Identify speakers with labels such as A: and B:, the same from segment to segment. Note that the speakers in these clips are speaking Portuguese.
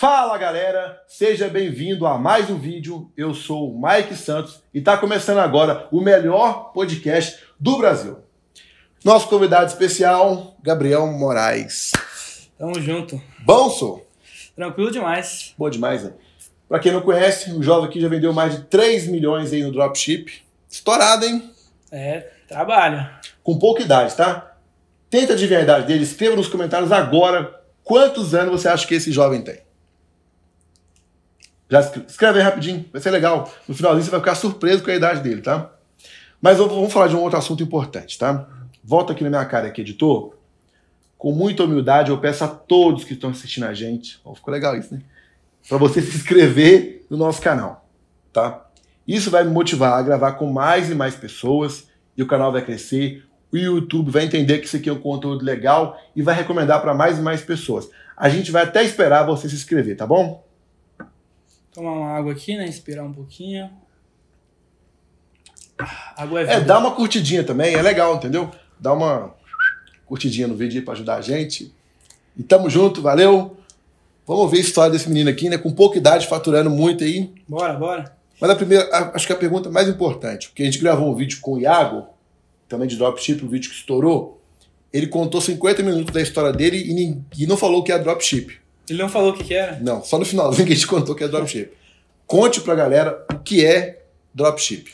A: Fala galera, seja bem-vindo a mais um vídeo. Eu sou o Mike Santos e está começando agora o melhor podcast do Brasil. Nosso convidado especial, Gabriel Moraes.
B: Tamo junto.
A: Bom, sou?
B: Tranquilo demais.
A: Bom demais, né? Pra quem não conhece, o jovem aqui já vendeu mais de 3 milhões aí no dropship. Estourado, hein?
B: É, trabalho.
A: Com pouca idade, tá? Tenta adivinhar a idade dele, escreva nos comentários agora quantos anos você acha que esse jovem tem. Já escre- escreve aí rapidinho, vai ser legal. No finalzinho você vai ficar surpreso com a idade dele, tá? Mas eu- vamos falar de um outro assunto importante, tá? Volta aqui na minha cara aqui, editor. Com muita humildade, eu peço a todos que estão assistindo a gente. Ó, ficou legal isso, né? Pra você se inscrever no nosso canal, tá? Isso vai me motivar a gravar com mais e mais pessoas e o canal vai crescer. O YouTube vai entender que isso aqui é um conteúdo legal e vai recomendar para mais e mais pessoas. A gente vai até esperar você se inscrever, tá bom?
B: Tomar uma água aqui, né? Inspirar um pouquinho. Ah, Água é
A: É,
B: vida.
A: dá uma curtidinha também, é legal, entendeu? Dá uma curtidinha no vídeo aí pra ajudar a gente. E tamo junto, valeu. Vamos ouvir a história desse menino aqui, né? Com pouca idade, faturando muito aí.
B: Bora, bora.
A: Mas a primeira, a- acho que a pergunta mais importante, porque a gente gravou um vídeo com o Iago, também de dropship, um vídeo que estourou. Ele contou 50 minutos da história dele e, nin- e não falou que é dropship.
B: Ele não falou o que que era?
A: Não, só no finalzinho que a gente contou que é dropship. Conte pra galera o que é dropship.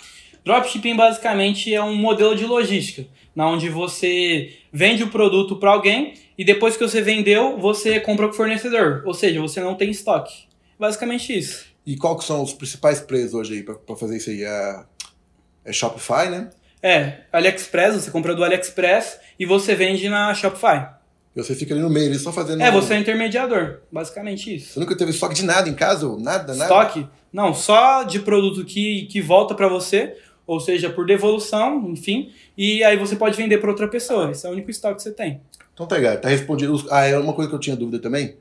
B: Dropshipping basicamente é um modelo de logística, na onde você vende o produto para alguém e depois que você vendeu, você compra com o fornecedor, ou seja, você não tem estoque. Basicamente isso.
A: E qual que são os principais players hoje aí pra, pra fazer isso aí? É, é Shopify, né?
B: É, AliExpress, você compra do AliExpress e você vende na Shopify.
A: E você fica ali no meio, ali só fazendo...
B: É, você é intermediador, basicamente isso.
A: Você nunca teve estoque de nada em casa? ou Nada, nada?
B: Estoque? Não, só de produto que, que volta para você, ou seja, por devolução, enfim, e aí você pode vender para outra pessoa. Esse é o único estoque que você tem.
A: Então tá ligado, tá respondido. Os- Ah, é uma coisa que eu tinha dúvida também.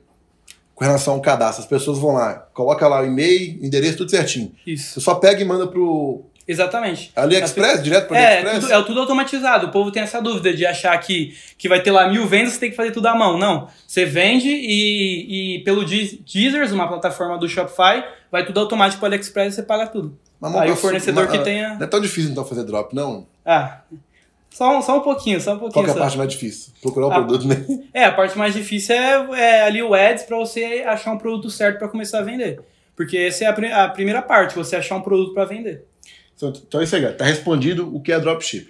A: Com relação ao cadastro, as pessoas vão lá, coloca lá o e-mail, endereço, tudo certinho.
B: Isso.
A: Você só pega e manda pro
B: Exatamente.
A: É AliExpress, direto pro
B: É, é
A: AliExpress?
B: tudo, é tudo automatizado. O povo tem essa dúvida de achar que, que vai ter lá mil vendas, você tem que fazer tudo à mão. Não. Você vende e, e pelo Deez- Deezers, uma plataforma do Shopify, vai tudo automático para AliExpress e você paga tudo.
A: Mas,
B: aí
A: mas,
B: o fornecedor
A: mas,
B: que tenha.
A: Não é tão difícil então fazer drop, não?
B: Ah, só, um- só um pouquinho, só um
A: Qual
B: pouquinho.
A: que é a
B: só.
A: parte mais difícil? Procurar o
B: Ah.
A: produto, né?
B: É, a parte mais difícil é, é ali o ads para você achar um produto certo para começar a vender. Porque essa é a, pri- a primeira parte, você achar um produto para vender.
A: Então, então é isso aí, galera. Tá respondido o que é dropship.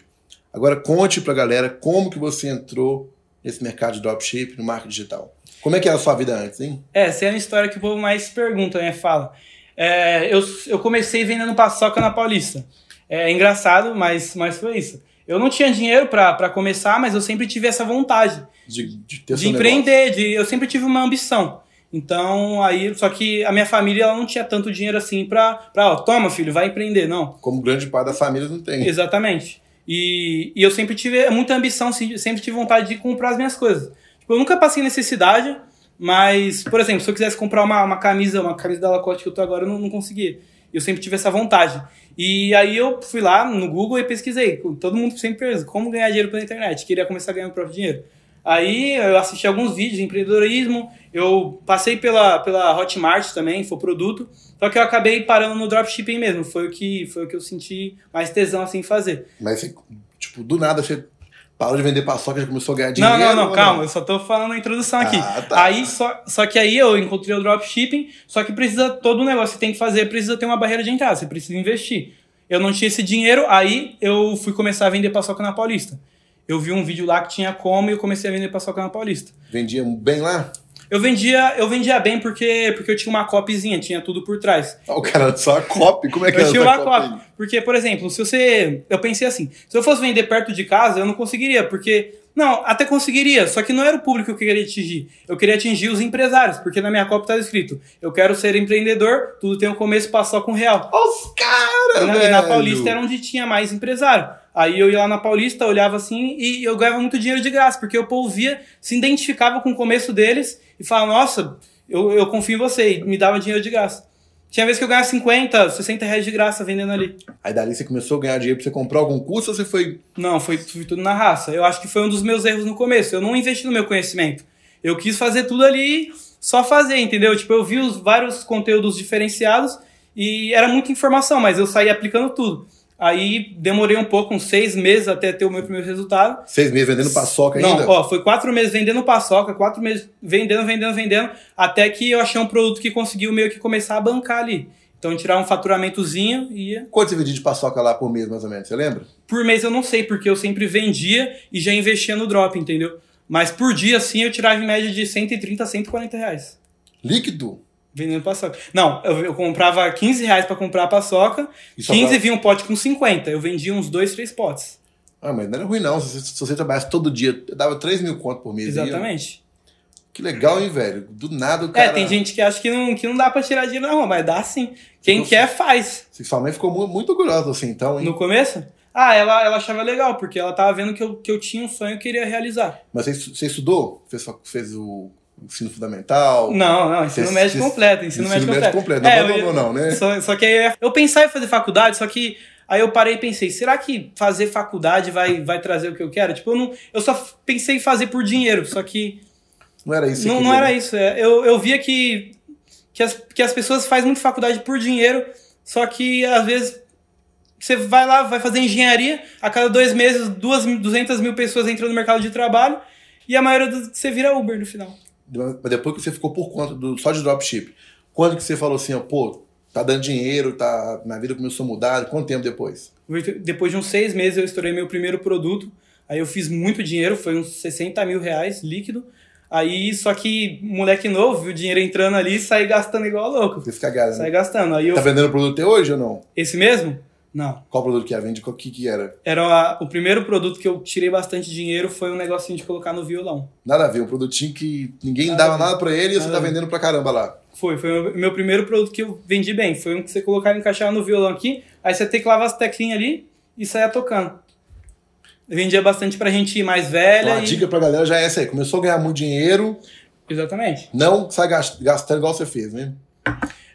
A: Agora conte pra galera como que você entrou nesse mercado de dropship, no marketing digital. Como é que era a sua vida antes, hein?
B: Essa é a história que o povo mais pergunta, né? Fala. É, eu, eu comecei vendendo paçoca na Paulista. É engraçado, mas, mas foi isso. Eu não tinha dinheiro para começar, mas eu sempre tive essa vontade
A: De, de ter
B: de
A: seu
B: empreender, de, eu sempre tive uma ambição. Então, aí, só que a minha família ela não tinha tanto dinheiro assim para, pra, ó, toma filho, vai empreender, não.
A: negócio. Como grande parte das famílias não tem.
B: Exatamente. E, e eu sempre tive é muita ambição, se- sempre tive vontade de comprar as minhas coisas. Tipo, eu nunca passei necessidade, mas, por exemplo, se eu quisesse comprar uma, uma camisa, uma camisa da Lacoste que eu tô agora, eu não, não conseguia. Eu sempre tive essa vontade. E aí eu fui lá no Google e pesquisei. Todo mundo sempre pensa, como ganhar dinheiro pela internet? Queria começar a ganhar meu próprio dinheiro. Aí eu assisti alguns vídeos de empreendedorismo, eu passei pela, pela Hotmart também, foi produto, só que eu acabei parando no dropshipping mesmo, foi o que, foi o que eu senti mais tesão assim em fazer.
A: Mas, você, tipo, do nada você parou de vender paçoca e já começou a ganhar dinheiro.
B: Não, não, não,
A: ou
B: calma, eu só tô falando a introdução aqui.
A: Ah, tá.
B: Aí só, só que aí eu encontrei o dropshipping, só que precisa todo o negócio que você tem que fazer, precisa ter uma barreira de entrada, você precisa investir. Eu não tinha esse dinheiro, aí eu fui começar a vender paçoca na Paulista. Eu vi um vídeo lá que tinha como e eu comecei a vender paçoca na Paulista.
A: Vendia bem lá?
B: Eu vendia, eu vendia bem porque, porque eu tinha uma copizinha, tinha tudo por trás.
A: Ó, o cara só a copy. Como é que
B: Eu tinha
A: era
B: uma
A: essa copy?
B: copy. Porque, por exemplo, se você. Eu pensei assim, se eu fosse vender perto de casa, eu não conseguiria, porque. Não, até conseguiria, só que não era o público que eu queria atingir. Eu queria atingir os empresários, porque na minha copy estava escrito: eu quero ser empreendedor, tudo tem um começo, passar com real.
A: Os caras,
B: E na, e
A: velho!
B: na Paulista era onde tinha mais empresário. Aí eu ia lá na Paulista, olhava assim e eu ganhava muito dinheiro de graça, porque o povo via, se identificava com o começo deles e falava, nossa, eu, eu confio em você, e me dava dinheiro de graça. Tinha vez que eu ganhava 50, 60 reais de graça vendendo ali.
A: Aí dali você começou a ganhar dinheiro pra você comprar algum curso ou você foi...
B: Não, foi, foi tudo na raça. Eu acho que foi um dos meus erros no começo. Eu não investi no meu conhecimento. Eu quis fazer tudo ali só fazer, entendeu? Tipo, eu vi os vários conteúdos diferenciados e era muita informação, mas eu saí aplicando tudo. Aí demorei um pouco, uns seis meses até ter o meu primeiro resultado.
A: Seis meses vendendo paçoca
B: Não,
A: ainda?
B: ó, foi quatro meses vendendo paçoca, quatro meses vendendo, vendendo, vendendo, até que eu achei um produto que conseguiu meio que começar a bancar ali. Então tirar um faturamentozinho e ia.
A: Quanto você vendia de paçoca lá por mês, mais ou menos? Você lembra?
B: Por mês eu não sei, porque eu sempre vendia e já investia no drop, entendeu? Mas por dia, sim, eu tirava em média de 130 a 140 reais.
A: Líquido?
B: Vendendo paçoca. Não, eu, eu comprava 15 reais pra comprar a paçoca,
A: E
B: 15
A: sobrava-
B: vinha um pote com 50. Eu vendia uns dois, três potes.
A: Ah, mas não era ruim, não. Se, se você trabalhasse todo dia, eu dava 3 mil conto por mês. Aí,
B: Exatamente.
A: ó. que legal, hein, velho? Do nada o
B: É,
A: cara.
B: tem gente que acha que não, que não dá pra tirar dinheiro na rua, mas dá sim. Quem
A: Nossa.
B: quer, faz.
A: Se Sua mãe ficou mu- muito orgulhosa assim, então, hein?
B: No começo? Ah, ela, ela achava legal, porque ela tava vendo que eu, que eu tinha um sonho que eu queria realizar.
A: Mas você, você estudou? Fez, fac- fez o ensino fundamental?
B: Não, não, ensino
A: Esse-
B: médio
A: esse-
B: completo, ensino, médio completo.
A: Não
B: É, eu
A: abandonou,
B: ia-
A: não, né?
B: Só, só que aí eu, ia- eu pensava em fazer faculdade, só que aí eu parei e pensei, será que fazer faculdade vai, vai trazer o que eu quero? Tipo, eu, não, eu só f- pensei em fazer por dinheiro, só que
A: Não era isso. que
B: não,
A: você
B: não
A: queria,
B: era
A: né?
B: isso. é. Eu, eu via que, que, as, que as pessoas fazem muito faculdade por dinheiro, só que às vezes você vai lá, vai fazer engenharia, a cada dois meses, duas, 200 mil pessoas entram no mercado de trabalho e a maioria dos- você vira Uber no final.
A: Mas depois que você ficou por conta do, só de dropship, quando que você falou assim, ó, pô, tá dando dinheiro, tá, minha vida começou a mudar? Quanto tempo depois?
B: Depois de uns seis meses eu estourei meu primeiro produto. Aí eu fiz muito dinheiro, foi uns 60 mil reais líquido. Aí, só que moleque novo, viu o dinheiro entrando ali e saí gastando igual louco.
A: Você fica galera,
B: Saí gastando. Aí eu.
A: Tá vendendo produto até hoje ou não?
B: Esse mesmo? Não.
A: Qual produto que é? Vende? O que que era?
B: Era a- o primeiro produto que eu tirei bastante dinheiro foi um negocinho de colocar no violão.
A: Nada a ver, um produtinho que ninguém
B: Nada a
A: dava
B: ver.
A: nada pra ele e você
B: Nada
A: tá
B: a ver.
A: vendendo pra caramba lá.
B: Foi, foi o meu primeiro produto que eu vendi bem. Foi um que você colocava e encaixava no violão aqui, aí você teclava as teclinhas ali e saia tocando. Eu vendia bastante pra gente mais velha.
A: Então, a
B: e-
A: dica pra galera já é essa aí. Começou a ganhar muito dinheiro,
B: Exatamente.
A: não sai gas- gastando igual você fez, né?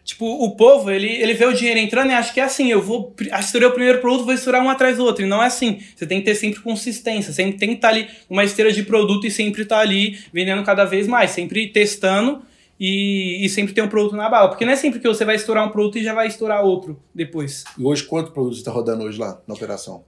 B: Tipo, o povo, ele, ele vê o dinheiro entrando e acha que é assim, eu vou pri- estourei o primeiro produto, vou estourar um atrás do outro. E não é assim. Você tem que ter sempre consistência, sempre tem que estar ali uma esteira de produto e sempre estar ali vendendo cada vez mais, sempre testando e, e sempre ter um produto na bala. Porque não é sempre que você vai estourar um produto e já vai estourar outro depois.
A: E hoje, quanto produto você tá rodando hoje lá na operação?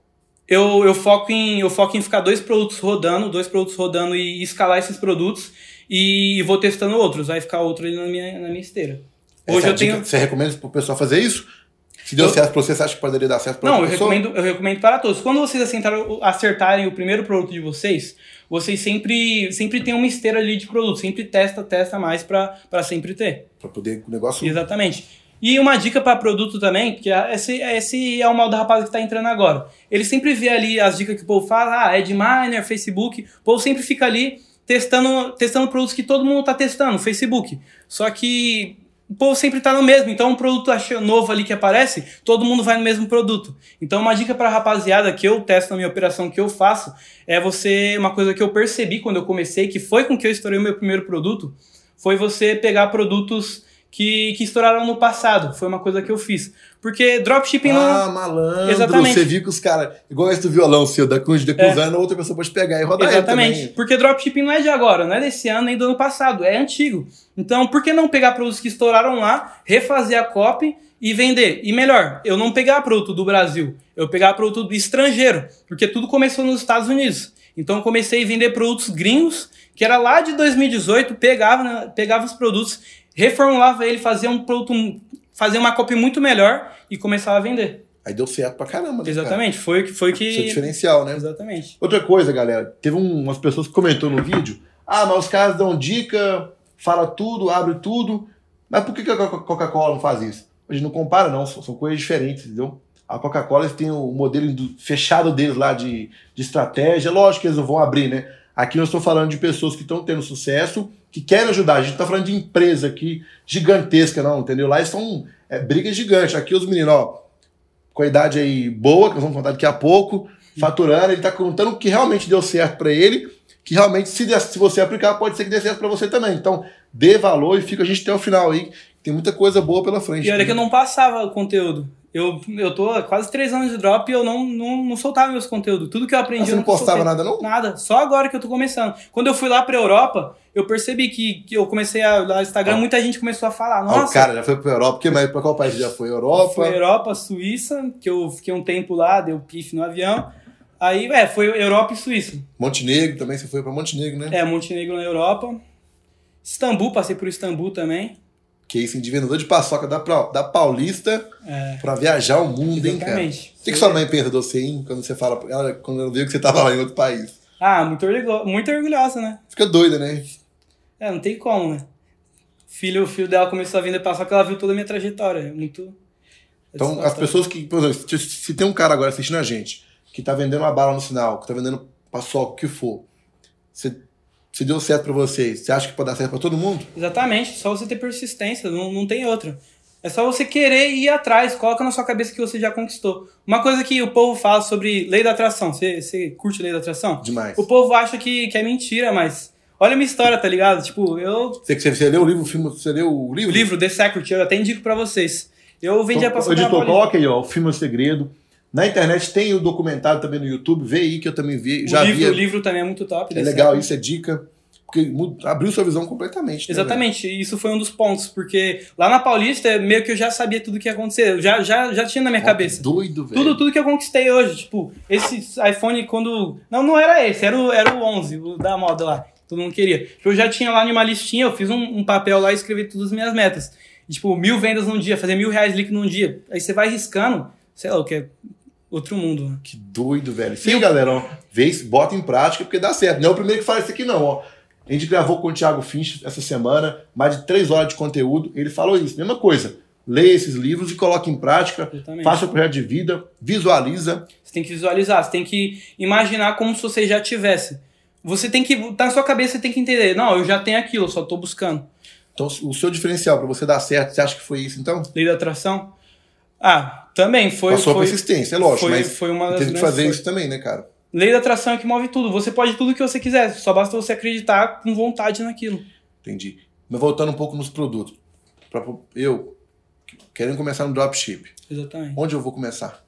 B: Eu, eu, foco em, eu foco em ficar dois produtos rodando, dois produtos rodando e escalar esses produtos e, vou testando outros. Vai ficar outro ali na minha, na minha esteira.
A: Essa
B: Hoje
A: é a
B: eu
A: dica
B: tenho.
A: que Você recomenda pro pessoal fazer isso? Se deu
B: Eu-
A: certo pra você, você acha que poderia dar certo pra
B: Não, eu
A: outra pessoa?
B: recomendo, eu recomendo para todos. Quando vocês acertaram- acertarem o primeiro produto de vocês, vocês sempre, sempre tem uma esteira ali de produto, sempre testa, testa mais para sempre ter.
A: Pra poder o negócio
B: Exatamente. E uma dica para produto também, que é- esse, esse é o mal do rapaz que está entrando agora. Ele sempre vê ali as dicas que o povo fala, ah, Edminer, Facebook. O povo sempre fica ali testando, testando produtos que todo mundo está testando, Facebook. Só que o povo sempre está no mesmo. Então, um produto acha- novo ali que aparece, todo mundo vai no mesmo produto. Então, uma dica para rapaziada que eu testo na minha operação, que eu faço, é você. Uma coisa que eu percebi quando eu comecei, que foi com que eu estourei o meu primeiro produto, foi você pegar produtos que, que estouraram no passado. Foi uma coisa que eu fiz. Porque dropshipping
A: Ah,
B: não.
A: malandro.
B: Exatamente. É.
A: Você viu que os caras, igual esse do violão seu, daqui uns daqui uns anos, outra pessoa pode pegar e rodar ele
B: Exatamente.
A: também.
B: Porque dropshipping não é de agora, não é desse ano nem do ano passado, é antigo. Então, por que não pegar produtos que estouraram lá, refazer a copy e vender? E melhor, eu não pegar produto do Brasil, eu pegar produto do estrangeiro, porque tudo começou nos Estados Unidos. Então, eu comecei a vender produtos gringos, que era lá de 2018, pegava, né, pegava os produtos, reformulava ele, fazia um produto, fazia uma copy muito melhor e começava a vender.
A: Aí deu certo pra caramba. né, cara?
B: Exatamente, foi o que foi o
A: Isso é
B: que
A: diferencial, né?
B: Exatamente.
A: Outra coisa, galera, teve um- umas pessoas que comentou no vídeo: ah, mas os caras dão dica, fala tudo, abre tudo. Mas por que que a Coca- Coca-Cola não faz isso? A gente não compara, não, são são coisas diferentes, entendeu? A Coca-Cola eles têm o modelo indu- fechado deles lá de, de estratégia. Lógico que eles não vão abrir, né? Aqui nós estou falando de pessoas que estão tendo sucesso, que querem ajudar. A gente está falando de empresa aqui gigantesca, não, entendeu? Lá eles são é, briga gigante. Aqui os meninos, ó, com a idade aí boa, que nós vamos contar daqui a pouco, faturando, ele tá contando o que realmente deu certo para ele, que realmente se, der- se você aplicar pode ser que dê certo para você também. Então, dê valor e fica a gente até o final aí, que tem muita coisa boa pela frente.
B: E olha que eu não passava o conteúdo. Eu, eu tô há quase três anos de drop e eu não, não, não soltava meus conteúdos. Tudo que eu aprendi.
A: Ah, você
B: eu
A: não
B: nunca
A: postava nada,
B: soltei.
A: não?
B: Nada. Só agora que eu tô começando. Quando eu fui lá pra Europa, eu percebi que, que eu comecei a lá no Instagram,
A: Ó.
B: muita gente começou a
A: Ah,
B: falar.
A: o
B: Nossa,
A: cara já foi pra Europa. Que mais? Pra qual país já foi? Europa?
B: Foi Europa, Suíça, que eu fiquei um tempo lá, deu pife no avião. Aí, é, foi Europa e Suíça.
A: Montenegro também. Você foi pra Montenegro, né?
B: É, Montenegro na Europa. Istambul, passei por Istambul também.
A: Que isso, hein? de vendedor de paçoca da, Pra- da Paulista
B: É,
A: pra viajar o mundo, hein, cara?
B: exatamente.
A: O que, que sua mãe pensa de você, hein? Quando você fala, ela, quando ela viu que você tava lá em outro país.
B: Ah, muito, orgulho, muito orgulhosa, né?
A: Fica doida, né?
B: É, não tem como, né? Filho, o filho dela começou a vir depois, só que ela viu toda a minha trajetória. é Muito.
A: Então, as pessoas que, por exemplo, se, se tem um cara agora assistindo a gente, que tá vendendo uma bala no sinal, que tá vendendo paçoca, o que for, se, se deu certo pra vocês, você acha que pode dar certo pra todo mundo?
B: Exatamente, só você ter persistência, não, não tem outra. É só você querer ir atrás, coloca na sua cabeça que você já conquistou. Uma coisa que o povo fala sobre lei da atração, você, você curte lei da atração?
A: Demais.
B: O povo acha que, que é mentira, mas olha a minha história, tá ligado? Tipo, eu.
A: Você, você, você leu o livro, o filme, você leu o
B: O
A: livro?
B: livro The Secret, eu até indico pra vocês. Eu vendi a
A: Então,
B: passagem
A: editor, coloca aí, ó, o filme é o segredo. Na internet tem o documentário também no YouTube, vê aí que eu também vi, já
B: o livro, o
A: vi.
B: livro também é muito top.
A: É
B: The
A: legal,
B: Secret.
A: isso é dica. Porque muda- abriu sua visão completamente. né,
B: Exatamente, e isso foi um dos pontos, porque lá na Paulista, meio que eu já sabia tudo que ia acontecer, eu já, já, já tinha na minha
A: velho?
B: cabeça.
A: Doido, velho.
B: Tudo, tudo que eu conquistei hoje, tipo, esse iPhone quando... Não, não era esse, era o, era o 11, o da moda lá, que todo mundo queria. Eu já tinha lá numa listinha, eu fiz um, um papel lá e escrevi todas as minhas metas. E, tipo, mil vendas num dia, fazer mil reais líquido num dia. Aí você vai riscando, sei lá o que é, outro mundo, né?
A: Que doido, velho. Sim, galera, ó, vê isso, bota em prática, porque dá certo. Não é o primeiro que faz isso aqui, não, ó. A gente gravou com o Thiago Finch essa semana, mais de três horas de conteúdo. Ele falou isso, mesma coisa. Leia esses livros e coloque em prática,
B: Exatamente.
A: faça o projeto de vida, visualiza.
B: Você tem que visualizar, você tem que imaginar como se você já tivesse. Você tem que, tá na sua cabeça, você tem que entender, não, eu já tenho aquilo, eu só tô buscando.
A: Então, o seu diferencial para você dar certo, você acha que foi isso, então?
B: Lei da atração? Ah, também foi
A: Passou
B: foi,
A: a persistência, é lógico,
B: foi,
A: mas
B: foi uma das
A: teve que
B: grandes
A: fazer
B: coisas.
A: isso também, né, cara?
B: Lei da atração é que move tudo. Você pode tudo que você quiser, só basta você acreditar com vontade naquilo.
A: Entendi. Mas voltando um pouco nos produtos. Pra, eu, querendo começar no dropship,
B: Exatamente.
A: onde eu vou começar?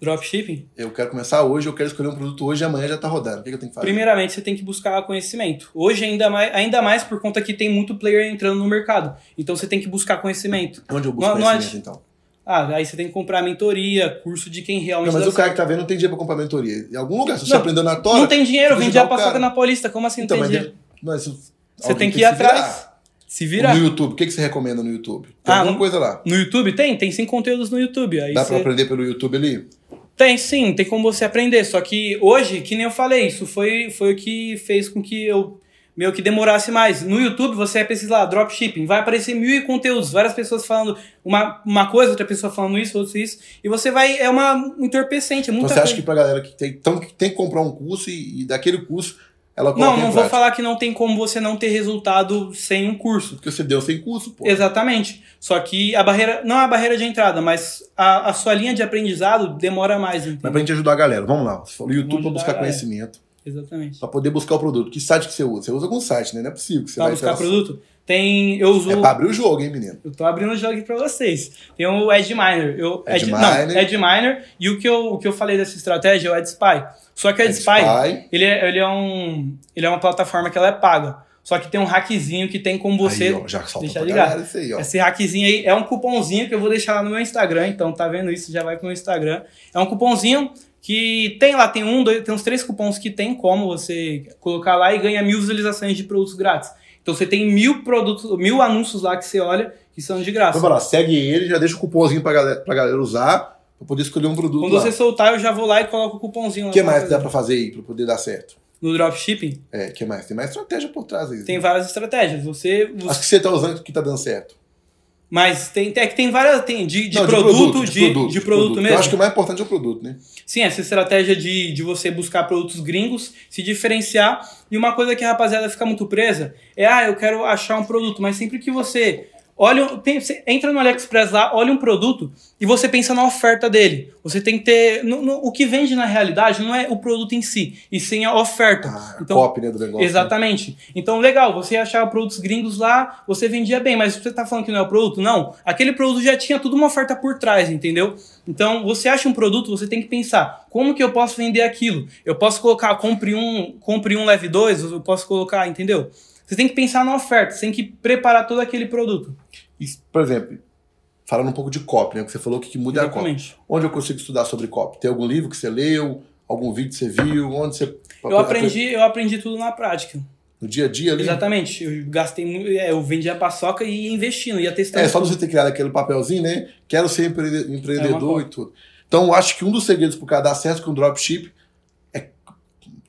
B: Dropshipping?
A: Eu quero começar hoje, eu quero escolher um produto hoje e amanhã já tá rodando. O que que eu tenho que fazer?
B: Primeiramente, você tem que buscar conhecimento. Hoje, ainda mais, ainda mais por conta que tem muito player entrando no mercado. Então, você tem que buscar conhecimento.
A: Onde eu busco
B: Não- não
A: conhecimento,
B: adi-
A: então?
B: Ah, aí você tem que comprar mentoria, curso de quem realmente...
A: Não, mas
B: dá
A: o cara que tá vendo não tem dinheiro pra comprar mentoria. Em algum lugar, se você
B: Não,
A: aprendeu na
B: certo.
A: tora...
B: Não tem dinheiro,
A: Tem que
B: vendi a
A: ajudar o
B: paçoca
A: cara. Então,
B: na Paulista, como assim não tem dinheiro?
A: mas isso-
B: Você
A: alguém
B: tem que ir
A: se virar.
B: atrás, se virar.
A: No YouTube, o que, que você recomenda no YouTube? Tem
B: Ah,
A: alguma
B: no-
A: coisa lá.
B: No YouTube tem? Tem sim conteúdos no YouTube. Aí
A: Dá
B: você-
A: pra aprender pelo YouTube ali?
B: Tem sim, tem como você aprender. Só que hoje, que nem eu falei, isso foi, foi o que fez com que eu meio que demorasse mais. No YouTube você vai pesquisar dropshipping, vai aparecer mil e conteúdos, várias pessoas falando uma, uma coisa, outra pessoa falando isso, outra isso, e você vai, é uma um entorpecente, é
A: Então
B: muita
A: você acha
B: coisa.
A: que pra galera que tem, então, que tem que comprar um curso e, e daquele curso ela coloca
B: Não,
A: em
B: não vou
A: prática?
B: falar que não tem como você não ter resultado sem um curso.
A: Porque você deu sem curso, pô.
B: Exatamente. Só que a barreira, não é a barreira de entrada, mas a, a sua linha de aprendizado demora mais,
A: Mas
B: entendeu?
A: pra gente ajudar a galera, vamos lá. Você falou YouTube pra
B: ajudar
A: buscar
B: a galera.
A: conhecimento,
B: Exatamente.
A: pra poder buscar o produto. Que site que você usa? Você usa algum site, né? Não é possível que você
B: Pra
A: vai...
B: buscar
A: pela-
B: produto, tem. Eu uso.
A: É pra abrir o jogo, hein, menino?
B: Eu tô abrindo o jogo aqui pra vocês. Tem o Edminer. Eu, Ed,
A: Edminer.
B: Não, Edminer. E o que, eu, o que eu falei dessa estratégia é o EdSpy. Só que o EdSpy,
A: Spy.
B: ele é, ele, é um, ele é uma plataforma que ela é paga. Só que tem um hackzinho que tem como você.
A: Aí, ó, já solta
B: deixa
A: pra
B: ligado.
A: galera isso aí, ó. Então,
B: Esse hackzinho aí é um cupomzinho que eu vou deixar lá no meu Instagram, então tá vendo isso, já vai pro meu Instagram. É um cupomzinho que tem lá, tem um, dois, tem uns três cupons que tem como você colocar lá e ganha mil visualizações de produtos grátis. Então você tem mil produtos, mil anúncios lá que você olha que são de
A: Então,
B: graça.
A: vai lá, segue ele, já deixa o cupomzinho pra galera, pra galera usar, pra poder escolher um produto
B: Quando
A: lá.
B: você soltar, eu já vou lá e coloco o cupomzinho lá.
A: O que
B: pra
A: mais
B: fazer.
A: dá pra fazer aí, pra poder dar certo?
B: No dropshipping
A: É, o que mais? Tem mais estratégia por trás aí.
B: tem várias estratégias. Você,
A: Acho que você tá usando que tá dando certo.
B: mas tem, é que tem várias, tem de, de
A: Não,
B: produto, de, de produto,
A: Eu
B: mesmo.
A: acho que o mais importante é o produto, né?
B: Sim, essa estratégia de, de você buscar produtos gringos, se diferenciar. E uma coisa que a rapaziada fica muito presa é, ah, eu quero achar um produto. Mas sempre que você Olha, tem- você entra no AliExpress lá, olha um produto e você pensa na oferta dele. Você tem que ter. no- no- o que vende na realidade não é o produto em si, e sim a oferta.
A: Ah,
B: então,
A: copy, né, do negócio.
B: Exatamente. Então, legal, você achava produtos gringos lá, você vendia bem, mas você tá falando que não é o produto? Não. Aquele produto já tinha tudo uma oferta por trás, entendeu? Então, você acha um produto, você tem que pensar, como que eu posso vender aquilo? Eu posso colocar, compre um, compre um, leve dois, eu posso colocar, entendeu? Você tem que pensar na oferta, você tem que preparar todo aquele produto.
A: E, por exemplo, falando um pouco de copy, né? Que você falou que, o que muda é a copy.
B: Exatamente.
A: Onde eu consigo estudar sobre copy? Tem algum livro que você leu? Algum vídeo que você viu? Onde você.
B: Eu aprendi, eu aprendi tudo na prática.
A: No dia a dia ali?
B: Exatamente. Eu gastei, mu- é, eu vendia paçoca e ia investindo, ia testando.
A: É, só você ter criado aquele papelzinho, né? Quero ser empre- empreendedor
B: É uma
A: e tudo. Então, eu acho que um dos segredos para dar certo com dropship é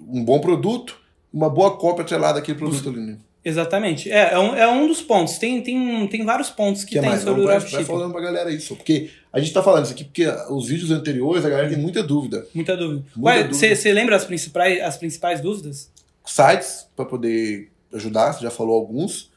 A: um bom produto, uma boa cópia atrelada àquele produto ali, né?
B: Exatamente. É, é um, é um dos pontos. Tem, tem, tem vários pontos que, tá
A: Que é
B: tem
A: mais?
B: sobre o
A: Não, vai, vai
B: dropshipping.
A: falando pra galera isso. Porque a gente tá falando isso aqui porque os vídeos anteriores a galera tem muita dúvida.
B: Muita dúvida.
A: Muita
B: Ué,
A: dúvida.
B: Você lembra as principais, as principais dúvidas?
A: sites para poder ajudar, você já falou alguns.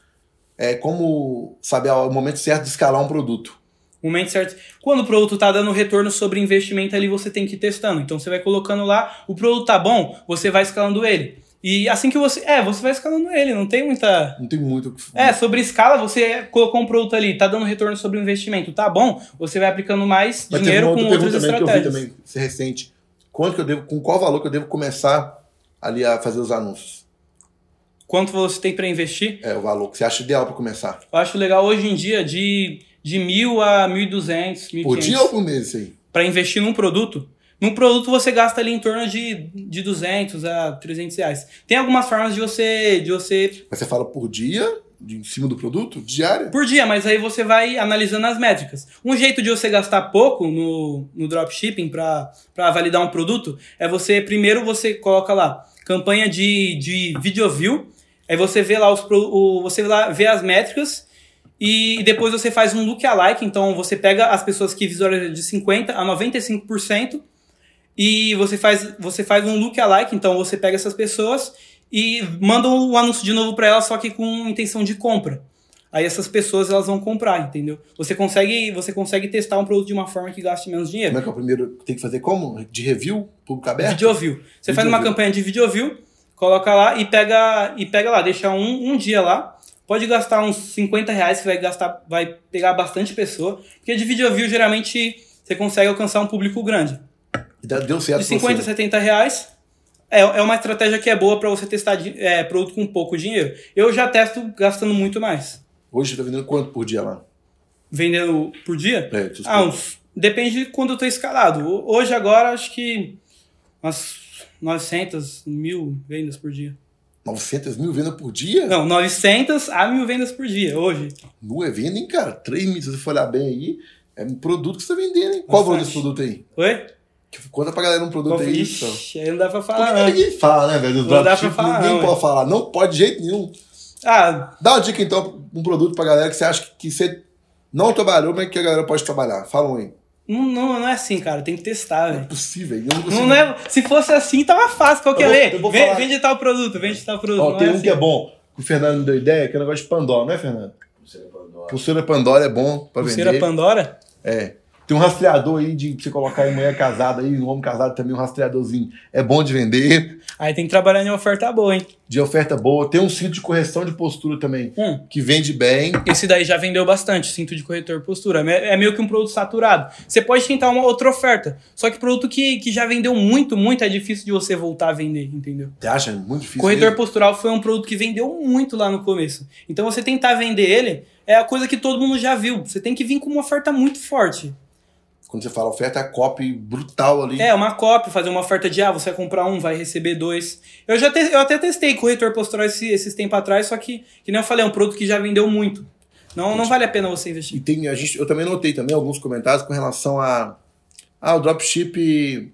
A: É como saber o momento certo de escalar um produto.
B: O Momento certo. Quando o produto tá dando retorno sobre investimento ali, você tem que ir testando. Então você vai colocando lá, o produto tá bom, você vai escalando ele. E assim que você. É, você vai escalando ele, não tem muita.
A: Não tem muito o que
B: É, sobre escala, você colocou um produto ali, tá dando retorno sobre o investimento, tá bom, você vai aplicando mais
A: Mas teve
B: dinheiro
A: uma
B: com
A: outra
B: outras
A: pergunta também que eu vi
B: estratégias.
A: também, esse recente. Quanto que eu devo, com qual valor que eu devo começar ali a fazer os anúncios?
B: Quanto você tem para investir?
A: É o valor que você acha ideal para começar.
B: Eu acho legal hoje em dia de, de mil a 1.200, 1.500.
A: Por dia ou por mês assim? isso aí?
B: Para investir num produto. Num produto você gasta ali em torno de, de 200 a 300 reais. Tem algumas formas de você, de você...
A: Mas você fala por dia, de, em cima do produto, diária?
B: Por dia, mas aí você vai analisando as métricas. Um jeito de você gastar pouco no, no dropshipping para validar um produto é você... Primeiro você coloca lá campanha de, de video view. Aí você vê lá os... pro- O, você lá vê as métricas E depois você faz um lookalike, então você pega as pessoas que visualizam de 50% a 95%, e você faz, você faz um lookalike, então você pega essas pessoas e manda o anúncio de novo para elas, só que com intenção de compra. Aí essas pessoas elas vão comprar, entendeu? Você consegue, você consegue testar um produto de uma forma que gaste menos dinheiro.
A: Como é que é o primeiro? Tem que fazer como? De review? Público aberto?
B: Video view. Você faz
A: é
B: uma
A: Video view.
B: campanha de video view, coloca lá e pega e pega lá, deixa um, um dia lá. Pode gastar uns 50 reais, que vai gastar, vai pegar bastante pessoa. Porque de video view, geralmente, você consegue alcançar um público grande.
A: E dá- Deu certo
B: De
A: pra
B: 50 a
A: você.
B: 70 reais é, é uma estratégia que é boa para você testar de- é, produto com pouco dinheiro. Eu já testo gastando muito mais.
A: Hoje você tá vendendo quanto por dia lá?
B: Vendendo por dia?
A: É, seus
B: Ah, uns- depende de quando eu tô escalado. Ho- Hoje, agora, acho que umas 900 mil vendas por dia.
A: 900 mil vendas por dia?
B: Não, 900 a mil vendas por dia, hoje.
A: Não é venda, hein, cara? 3 mil, se você for olhar bem aí, é um produto que você tá vendendo, hein? Qual o valor desse
B: Bastante.
A: produto aí?
B: Oi?
A: Que- Conta pra galera um produto aí. Isso.
B: Ixi, aí não dá pra
A: Por
B: falar,
A: que
B: não.
A: ninguém fala, né, velho? Os
B: Não dá pra
A: dropshipping,
B: falar,
A: ninguém
B: não,
A: pode falar. Não pode de jeito nenhum.
B: Ah,
A: Dá uma dica, então, um produto pra galera que você acha que, que você não trabalhou, mas que a galera pode trabalhar. Fala um aí.
B: não, não, não é assim, cara. Tem que testar,
A: É
B: velho.
A: possível, eu não consigo.
B: Não é, se fosse assim, tava fácil. Qual que
A: Eu vou-
B: é?
A: eu vou
B: Vem-
A: falar.
B: Vende tal produto, vende tal produto.
A: Ó,
B: não
A: tem
B: é
A: um
B: assim.
A: que é bom, que o Fernando me deu ideia, que é o negócio de Pandora, não é, Fernando?
C: Pulseira Pandora.
A: Pulseira Pandora é bom pra
B: Pulseira
A: vender.
B: Pandora?
A: É. Tem um rastreador aí de pra você colocar em mulher casada aí, um homem casado também, um rastreadorzinho. É bom de vender.
B: Aí tem que trabalhar em oferta boa, hein?
A: de oferta boa. Tem um cinto de correção de postura também,
B: Hum,
A: que vende bem.
B: esse daí já vendeu bastante, cinto de corretor postura. É é meio que um produto saturado. Você pode tentar uma outra oferta. Só que produto que, que já vendeu muito, muito, é difícil de você voltar a vender, entendeu?
A: Você acha? É Muito difícil.
B: Corretor
A: mesmo.
B: postural foi um produto que vendeu muito lá no começo. Então você tentar vender ele é a coisa que todo mundo já viu. Você tem que vir com uma oferta muito forte.
A: Quando você fala oferta, é copy brutal ali.
B: É, uma cópia, fazer uma oferta de ah, você vai comprar um, vai receber dois. Eu já te- eu até testei corretor postural esse- esses tempos atrás, só que, que nem eu falei, é um produto que já vendeu muito. Não, não vale a pena você
A: E
B: investir.
A: tem, a gente, eu também notei também alguns comentários com relação a. Ah, o dropship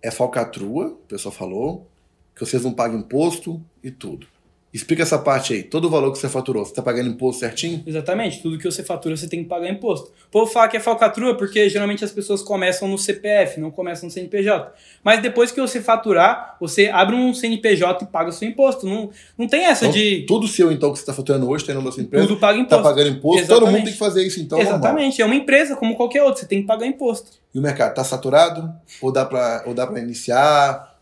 A: é falcatrua, o pessoal falou, que vocês não pagam imposto e tudo. E Explica essa parte aí. Todo o valor que você faturou, você tá pagando imposto certinho?
B: Exatamente, tudo que você fatura você tem que pagar imposto. O povo fala que é falcatrua porque geralmente as pessoas começam no CPF, não começam no CNPJ. Mas depois que você faturar, você abre um CNPJ e paga o seu imposto. Não, não tem essa
A: Então,
B: de
A: Tudo seu, então, que você tá faturando hoje, tá indo na sua empresa,
B: tudo paga
A: tá
B: imposto.
A: pagando imposto, todo
B: Exatamente.
A: mundo tem que fazer isso, então. normal.
B: Exatamente, é uma empresa como qualquer outra, você tem que pagar imposto.
A: E o mercado tá saturado? Ou dá pra, ou dá pra iniciar?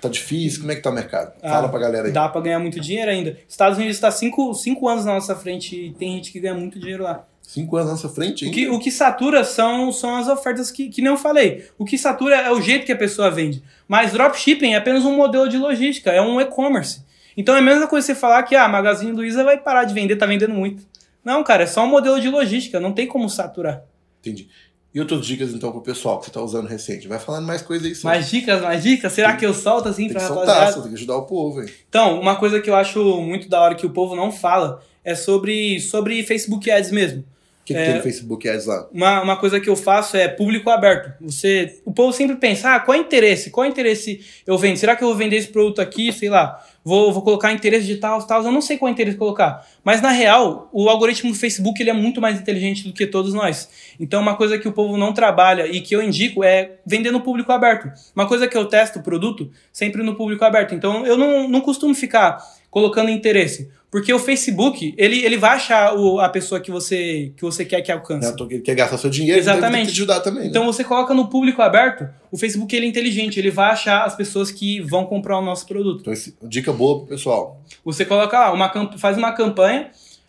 A: Tá difícil? Como é que tá o mercado?
B: Ah,
A: Fala pra galera aí.
B: Dá para ganhar muito dinheiro ainda. Estados Unidos está cinco, cinco anos na nossa frente e tem gente que ganha muito dinheiro lá.
A: Cinco anos na nossa frente,
B: O
A: hein?
B: que, o que satura são, são as ofertas que, que nem eu falei. O que satura é o jeito que a pessoa vende. Mas dropshipping é apenas um modelo de logística, é um e-commerce. Então é a mesma coisa você falar que ah, a Magazine Luiza vai parar de vender, tá vendendo muito. Não, cara, é só um modelo de logística, não tem como saturar.
A: Entendi. E outras dicas, então, pro pessoal que você tá usando recente? Vai falando mais coisa aí, sim.
B: Mais dicas, mais dicas? Será que eu solto assim
A: tem que
B: pra
A: soltar,
B: rapaziada?
A: você tem que ajudar o povo, hein?
B: Então, uma coisa que eu acho muito da hora que o povo não fala é sobre, sobre Facebook Ads mesmo.
A: O que, que
B: É.
A: tem no Facebook é Ads lá?
B: Uma, uma coisa que eu faço é público aberto. Você, o povo sempre pensa, ah, qual é o interesse? Qual é o interesse eu vendo? Será que eu vou vender esse produto aqui? Sei lá. Vou, vou colocar interesse de tal, tal. Eu não sei qual é o interesse colocar. Mas, na real, o algoritmo do Facebook ele é muito mais inteligente do que todos nós. Então, uma coisa que o povo não trabalha e que eu indico é vender no público aberto. Uma coisa que eu testo o produto sempre no público aberto. Então, eu não, não costumo ficar colocando interesse. Porque o Facebook, ele, ele vai achar o, a pessoa que você, que você quer que alcance.
A: Né? Tô- Ele quer gastar seu dinheiro, então ele tem que
B: Exatamente.
A: te ajudar também. né?
B: Então você coloca no público aberto, o Facebook ele é inteligente, ele vai achar as pessoas que vão comprar o nosso produto.
A: Então, esse- dica boa pro pessoal.
B: Você coloca lá, uma, camp- faz uma campanha.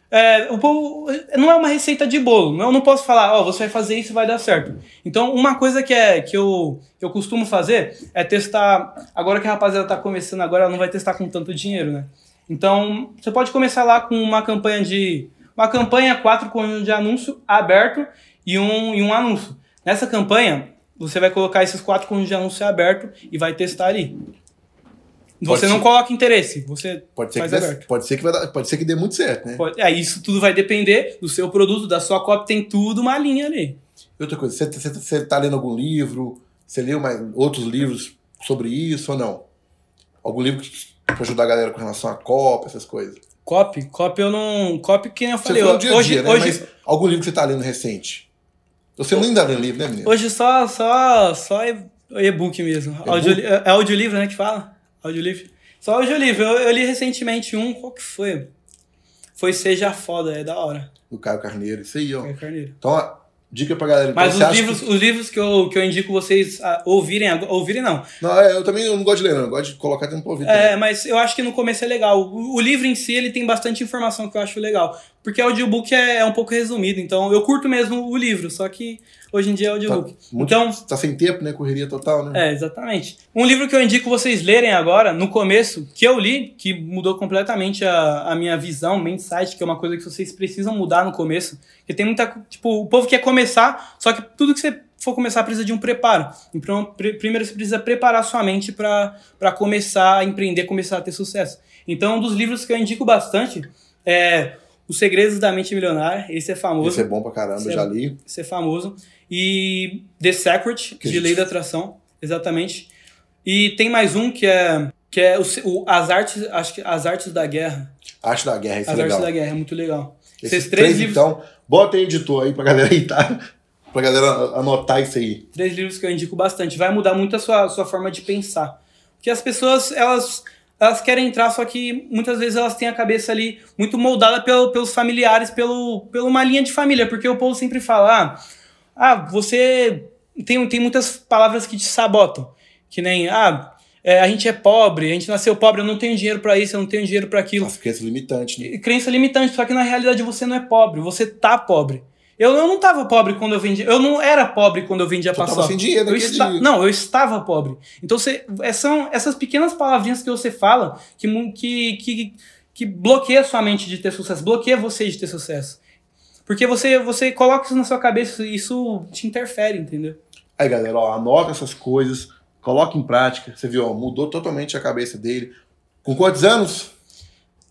B: é, o povo não é uma receita de bolo. Eu não posso falar, ó, você vai fazer isso e vai dar certo. Então, uma coisa que é que eu, eu costumo fazer é testar. Agora que a rapaziada tá começando agora, ela não vai testar com tanto dinheiro, né? Então, você pode começar lá com uma campanha de. Uma campanha, quatro conjuntos de anúncio aberto e um, e um anúncio. Nessa campanha, você vai colocar esses quatro conjuntos de anúncio aberto e vai testar ali.
A: Pode
B: Você
A: ser.
B: não coloca interesse, você
A: Pode ser, que
B: faz
A: dê,
B: aberto.
A: pode, ser que vai dar- pode ser que dê muito certo, né?
B: Pode- é, isso tudo vai depender do seu produto, da sua cópia, tem tudo uma linha ali.
A: E outra coisa, você, você, você tá lendo algum livro? Você leu mais, outros livros sobre isso ou não? Algum livro que- pra ajudar a galera com relação à Copa, essas coisas?
B: Copy, copy eu não. Copy que nem eu
A: Você
B: falei.
A: falou
B: eu-
A: dia a
B: hoje,
A: dia, né?
B: hoje,
A: Mas algum livro que você tá lendo recente? Você não ainda lê livro, né, menino?
B: hoje só, só, só e- e-book mesmo. Audioli- é audiolivro, né, que fala? Audiolivro. Só audiolivro. Eu, eu li recentemente um, qual que foi? Foi Seja Foda, é da hora.
A: Do Caio Carneiro, isso aí, ó.
B: É, Carneiro.
A: Então, ó, dica pra galera. Então,
B: Mas
A: você
B: os
A: acha
B: livros, os livros que eu, que eu indico vocês ah, ouvirem, agora- ouvirem não,
A: que- Não, é, eu também não gosto de ler, não. Eu gosto de colocar dentro do ouvido. também.
B: É, mas eu acho que no começo é legal. O, o livro em si, ele tem bastante informação que eu acho legal. Porque audiobook é, é um pouco resumido, então eu curto mesmo o livro, só que hoje em dia é audiobook.
A: muito-
B: Então,
A: Tá sem tempo, né? Correria total, né?
B: é, exatamente. Um livro que eu indico vocês lerem agora, no começo, que eu li, que mudou completamente a, a minha visão, main sight, que é uma coisa que vocês precisam mudar no começo. Porque tem muita. co- Tipo, o povo quer começar, só que tudo que você for começar precisa de um preparo. Então, pre- primeiro você precisa preparar sua mente para começar a empreender, começar a ter sucesso. Então, um dos livros que eu indico bastante é. Os Segredos da Mente Milionária, esse é famoso.
A: Isso é bom pra caramba,
B: Isso
A: eu
B: é
A: já
B: bom.
A: li.
B: Ser famoso. E The Secret,
A: Que
B: de
A: gente.
B: Lei da Atração, exatamente. E tem mais um que é, que é o, se- o- As Artes, acho que As Artes da Guerra.
A: Arte da Guerra, isso é
B: As Artes
A: legal.
B: da Guerra, é muito legal.
A: Esses
B: Esses três
A: três,
B: livros-
A: então, bota aí editor aí pra galera aí, tá? Pra galera anotar isso aí.
B: Três livros que eu indico bastante. Vai mudar muito a sua, sua forma de pensar. Porque as pessoas, elas, elas querem entrar, só que muitas vezes elas têm a cabeça ali muito moldada pelo, pelos familiares, pelo, pela uma linha de família. Porque o povo sempre fala, ah, ah, você tem, tem muitas palavras que te sabotam. Que nem, ah, é, a gente é pobre, a gente nasceu pobre, eu não tenho dinheiro pra isso, eu não tenho dinheiro pra aquilo.
A: As crenças limitantes, né?
B: E crença limitante, só que na realidade você não é pobre, você tá pobre. Eu, eu não tava pobre quando eu vendia, eu não era pobre quando eu vendia
A: Só
B: paçoca.
A: tava sem dinheiro
B: Eu
A: naquele
B: esta-
A: dia.
B: Não, eu estava pobre. Então você- é- são essas pequenas palavrinhas que você fala que, mu- que, que, que bloqueia a sua mente de ter sucesso, bloqueia você de ter sucesso. Porque você, você coloca isso na sua cabeça e isso te interfere, entendeu?
A: Aí, galera, ó, anota essas coisas, coloca em prática. Você viu, ó, mudou totalmente a cabeça dele. Com quantos anos?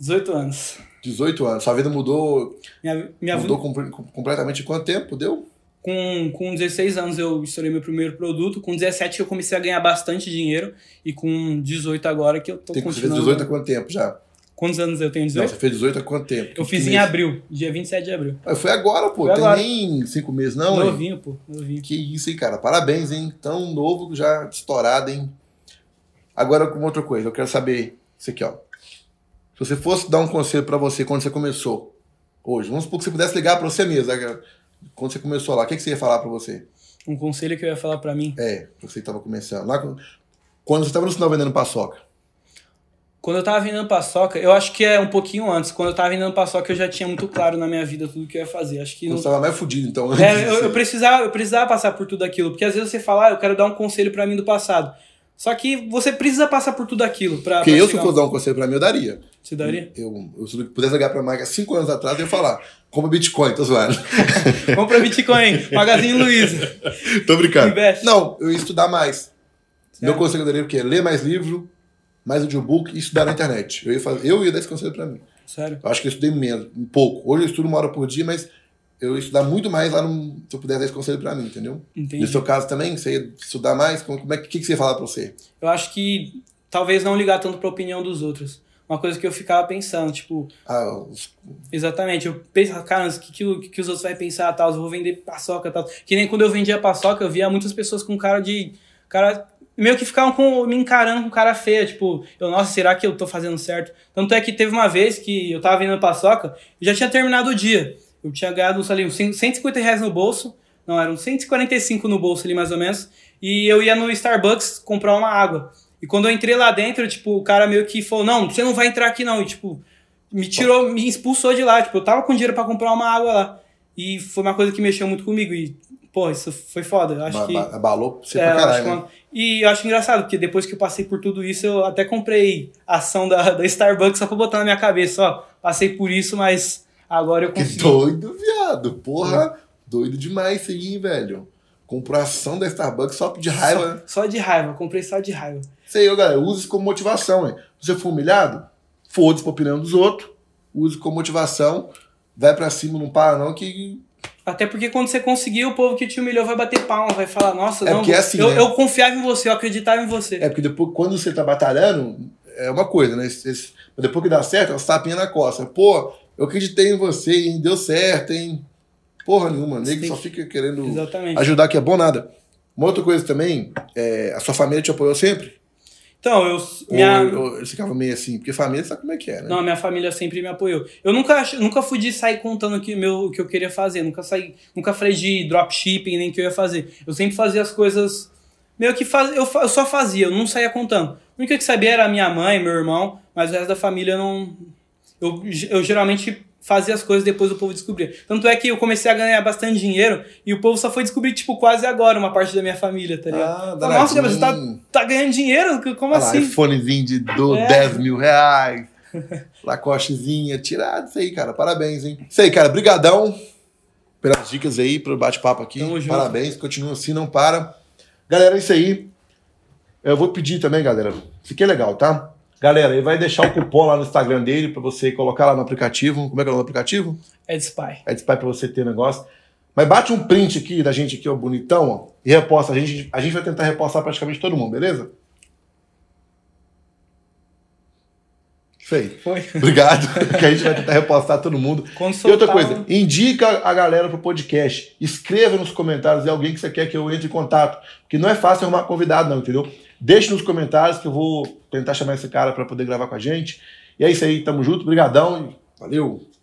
B: 18 anos.
A: 18 anos. Sua vida mudou,
B: Minha, minha
A: mudou compre- com- completamente em quanto tempo? Deu?
B: Com, com 16 anos eu estourei meu primeiro produto, com 17 eu comecei a ganhar bastante dinheiro e com 18 agora que eu tô
A: Tem que fazer
B: continuando.
A: 18 há quanto tempo já?
B: Quantos anos eu tenho?
A: Não,
B: 18?
A: você fez 18 há quanto tempo?
B: eu fiz
A: Que
B: em
A: mês?
B: abril, dia 27 de abril.
A: Ah, Foi agora, pô.
B: Foi
A: tem
B: agora.
A: nem cinco meses, não, hein?
B: novinho, pô, novinho.
A: Que isso, hein, cara? Parabéns, hein? Tão novo, já estourado, hein? Agora com outra coisa, eu quero saber isso aqui, ó. Se você fosse dar um conselho pra você quando você começou hoje, vamos supor que você pudesse ligar pra você mesmo, né, cara? quando você começou lá, o que, que você ia falar pra você?
B: Um conselho que eu ia falar pra mim.
A: É, você que tava começando. Lá quando- quando você tava no sinal vendendo paçoca.
B: Quando eu tava vendendo paçoca, eu acho que é um pouquinho antes. Quando eu tava vendendo paçoca, eu já tinha muito claro na minha vida tudo que eu ia fazer. Acho que
A: Quando
B: não
A: você tava mais fudido, então. antes
B: É,
A: de
B: eu, eu
A: você.
B: precisava, eu precisava passar por tudo aquilo, porque às vezes você fala, ah, eu quero dar um conselho pra mim do passado. Só que você precisa passar por tudo aquilo pra.
A: Porque
B: pra
A: eu, se
B: chegar
A: eu fosse
B: um-
A: dar um conselho pra mim, eu daria.
B: Você daria?
A: Eu, eu, se eu pudesse ligar pra marca cinco anos atrás, eu ia falar: compra Bitcoin, tô zoando.
B: Vamos pra Bitcoin, Magazine Luiza.
A: Tô brincando.
B: Investe.
A: Não, eu ia estudar mais. Meu conselho daria o quê? Ler mais livro, mais audiobook e estudar na internet. Eu ia, fazer, eu ia dar esse conselho pra mim.
B: Sério.
A: Eu acho que eu estudei menos, um pouco. Hoje eu estudo uma hora por dia, mas eu ia estudar muito mais lá no, se eu puder dar esse conselho pra mim, entendeu? No
B: Entendi.
A: seu caso também, você ia estudar mais? Como, como é que, que, que você ia falar pra você?
B: Eu acho que talvez não ligar tanto pra opinião dos outros. Uma coisa que eu ficava pensando, tipo,
A: Ah, os-
B: exatamente, eu pensava, cara, o que, que, o- que que os outros vão pensar, tal, eu vou vender paçoca, tal. Que nem quando eu vendia paçoca, eu via muitas pessoas com cara de. Cara, meio que ficavam com, me encarando com cara feia, tipo, eu, nossa, será que eu tô fazendo certo? Tanto é que teve uma vez que eu tava vendendo paçoca e já tinha terminado o dia. Eu tinha ganhado, sei lá, uns cin- 150 reais no bolso, não, eram 145 no bolso ali mais ou menos, e eu ia no Starbucks comprar uma água. E quando eu entrei lá dentro, tipo, o cara meio que falou, não, você não vai entrar aqui não, e tipo, me tirou, me expulsou de lá, tipo, eu tava com dinheiro pra comprar uma água lá. E foi uma coisa que mexeu muito comigo e, pô, isso foi foda, eu acho
A: ba-
B: que...
A: ba- abalou você
B: É,
A: pra
B: eu acho
A: caralho.
B: que
A: né?
B: uma- E eu acho engraçado, porque depois que eu passei por tudo isso, eu até comprei ação da, da Starbucks só pra botar na minha cabeça, ó. Passei por isso, mas agora eu
A: Que
B: consigo.
A: doido, viado. Porra,
B: Hum.
A: doido demais isso aí, velho. Comprou ação da Starbucks só de raiva. né?
B: Só de raiva, comprei só de raiva.
A: Sei eu, galera. Use isso como motivação, hein? Você for humilhado, foda-se pra opinião dos outros. Use como motivação. Vai pra cima, não para, não, que.
B: Até porque quando você conseguir, o povo que te humilhou vai bater palma, vai falar, nossa,
A: É
B: não,
A: porque é assim,
B: eu,
A: né?
B: eu confiava em você, eu acreditava em você.
A: É porque depois, quando você tá batalhando, é uma coisa, né? Esse- esse- mas Depois que dá certo, é uns tapinhas na costa. Pô, eu acreditei em você, hein? Deu certo, hein? Porra nenhuma,
B: Você
A: nego
B: tem
A: só
B: que-
A: fica querendo
B: Exatamente.
A: ajudar, que é bom nada. Uma outra coisa também, é, a sua família te apoiou sempre?
B: Então, eu.
A: Ou-
B: Minha...
A: Ou, você ficava meio assim, porque família sabe como é que é, né?
B: Não, minha família sempre me apoiou. Eu nunca, ach- nunca fui de sair contando o que, meu, o que eu queria fazer. Nunca saí, nunca falei de dropshipping, nem o que eu ia fazer. Eu sempre fazia as coisas. Meio que faz, eu, fa- eu só fazia, eu não saía contando. A única que sabia era minha mãe, meu irmão, mas o resto da família não. Eu, ge- eu geralmente fazia as coisas depois o povo descobria. Tanto é que eu comecei a ganhar bastante dinheiro e o povo só foi descobrir, tipo, quase agora uma parte da minha família, tá ligado?
A: Ah,
B: Fala, Nossa, cara, você tá,
A: danadinho.
B: tá ganhando dinheiro? Como
A: Olha lá,
B: assim?
A: iPhonezinho de do,
B: É.
A: 10 mil reais. Lacostezinha, tirado isso aí, cara. Parabéns, hein? Isso aí, cara. Brigadão pelas dicas aí, pelo bate-papo aqui.
B: Tamo junto.
A: Parabéns. Continua assim, não para. Galera, é isso aí. Eu vou pedir também, galera. Isso aqui é legal, tá? Galera, ele vai deixar o cupom lá no Instagram dele pra você colocar lá no aplicativo. Como é que é o nome do aplicativo?
B: É de spy.
A: É Spy pra você ter negócio. Mas bate um print aqui da gente aqui, ó, bonitão, ó, e reposta. A gente, a gente vai tentar repostar praticamente todo mundo, beleza? Isso aí.
B: Foi.
A: Obrigado, que a gente vai tentar repostar todo mundo.
B: Quando
A: E outra
B: soltar
A: coisa, indica a galera pro podcast. Escreva nos comentários é alguém que você quer que eu entre em contato. Porque não é fácil arrumar convidado, não, entendeu? Deixe nos comentários que eu vou tentar chamar esse cara pra poder gravar com a gente. E é isso aí, tamo junto, brigadão e valeu!